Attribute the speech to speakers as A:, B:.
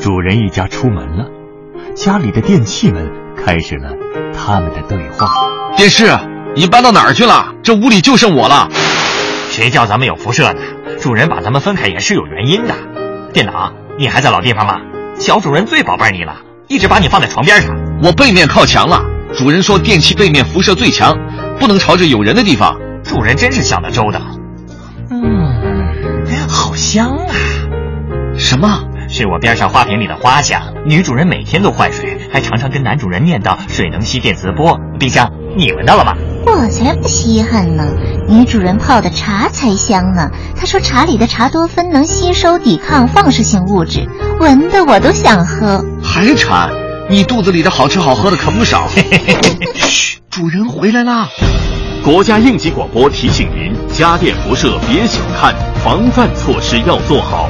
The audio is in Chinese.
A: 主人一家出门了，家里的电器们开始了他们的对话。
B: 电视，啊你搬到哪儿去了？这屋里就剩我了。
C: 谁叫咱们有辐射呢？主人把咱们分开也是有原因的。电脑，你还在老地方吗？小主人最宝贝你了，一直把你放在床边上。
B: 我背面靠墙了。主人说电器背面辐射最强，不能朝着有人的地方。
C: 主人真是想得周到。嗯，好香啊！
B: 什么？
C: 是我边上花瓶里的花香。女主人每天都换水，还常常跟男主人念叨水能吸电磁波。冰箱，你闻到了吗？
D: 我才不稀罕呢！女主人泡的茶才香呢。她说茶里的茶多酚能吸收、抵抗放射性物质，闻的我都想喝。
B: 还馋？你肚子里的好吃好喝的可不少。嘘，主人回来啦！
E: 国家应急广播提醒您：家电辐射别小看，防范措施要做好。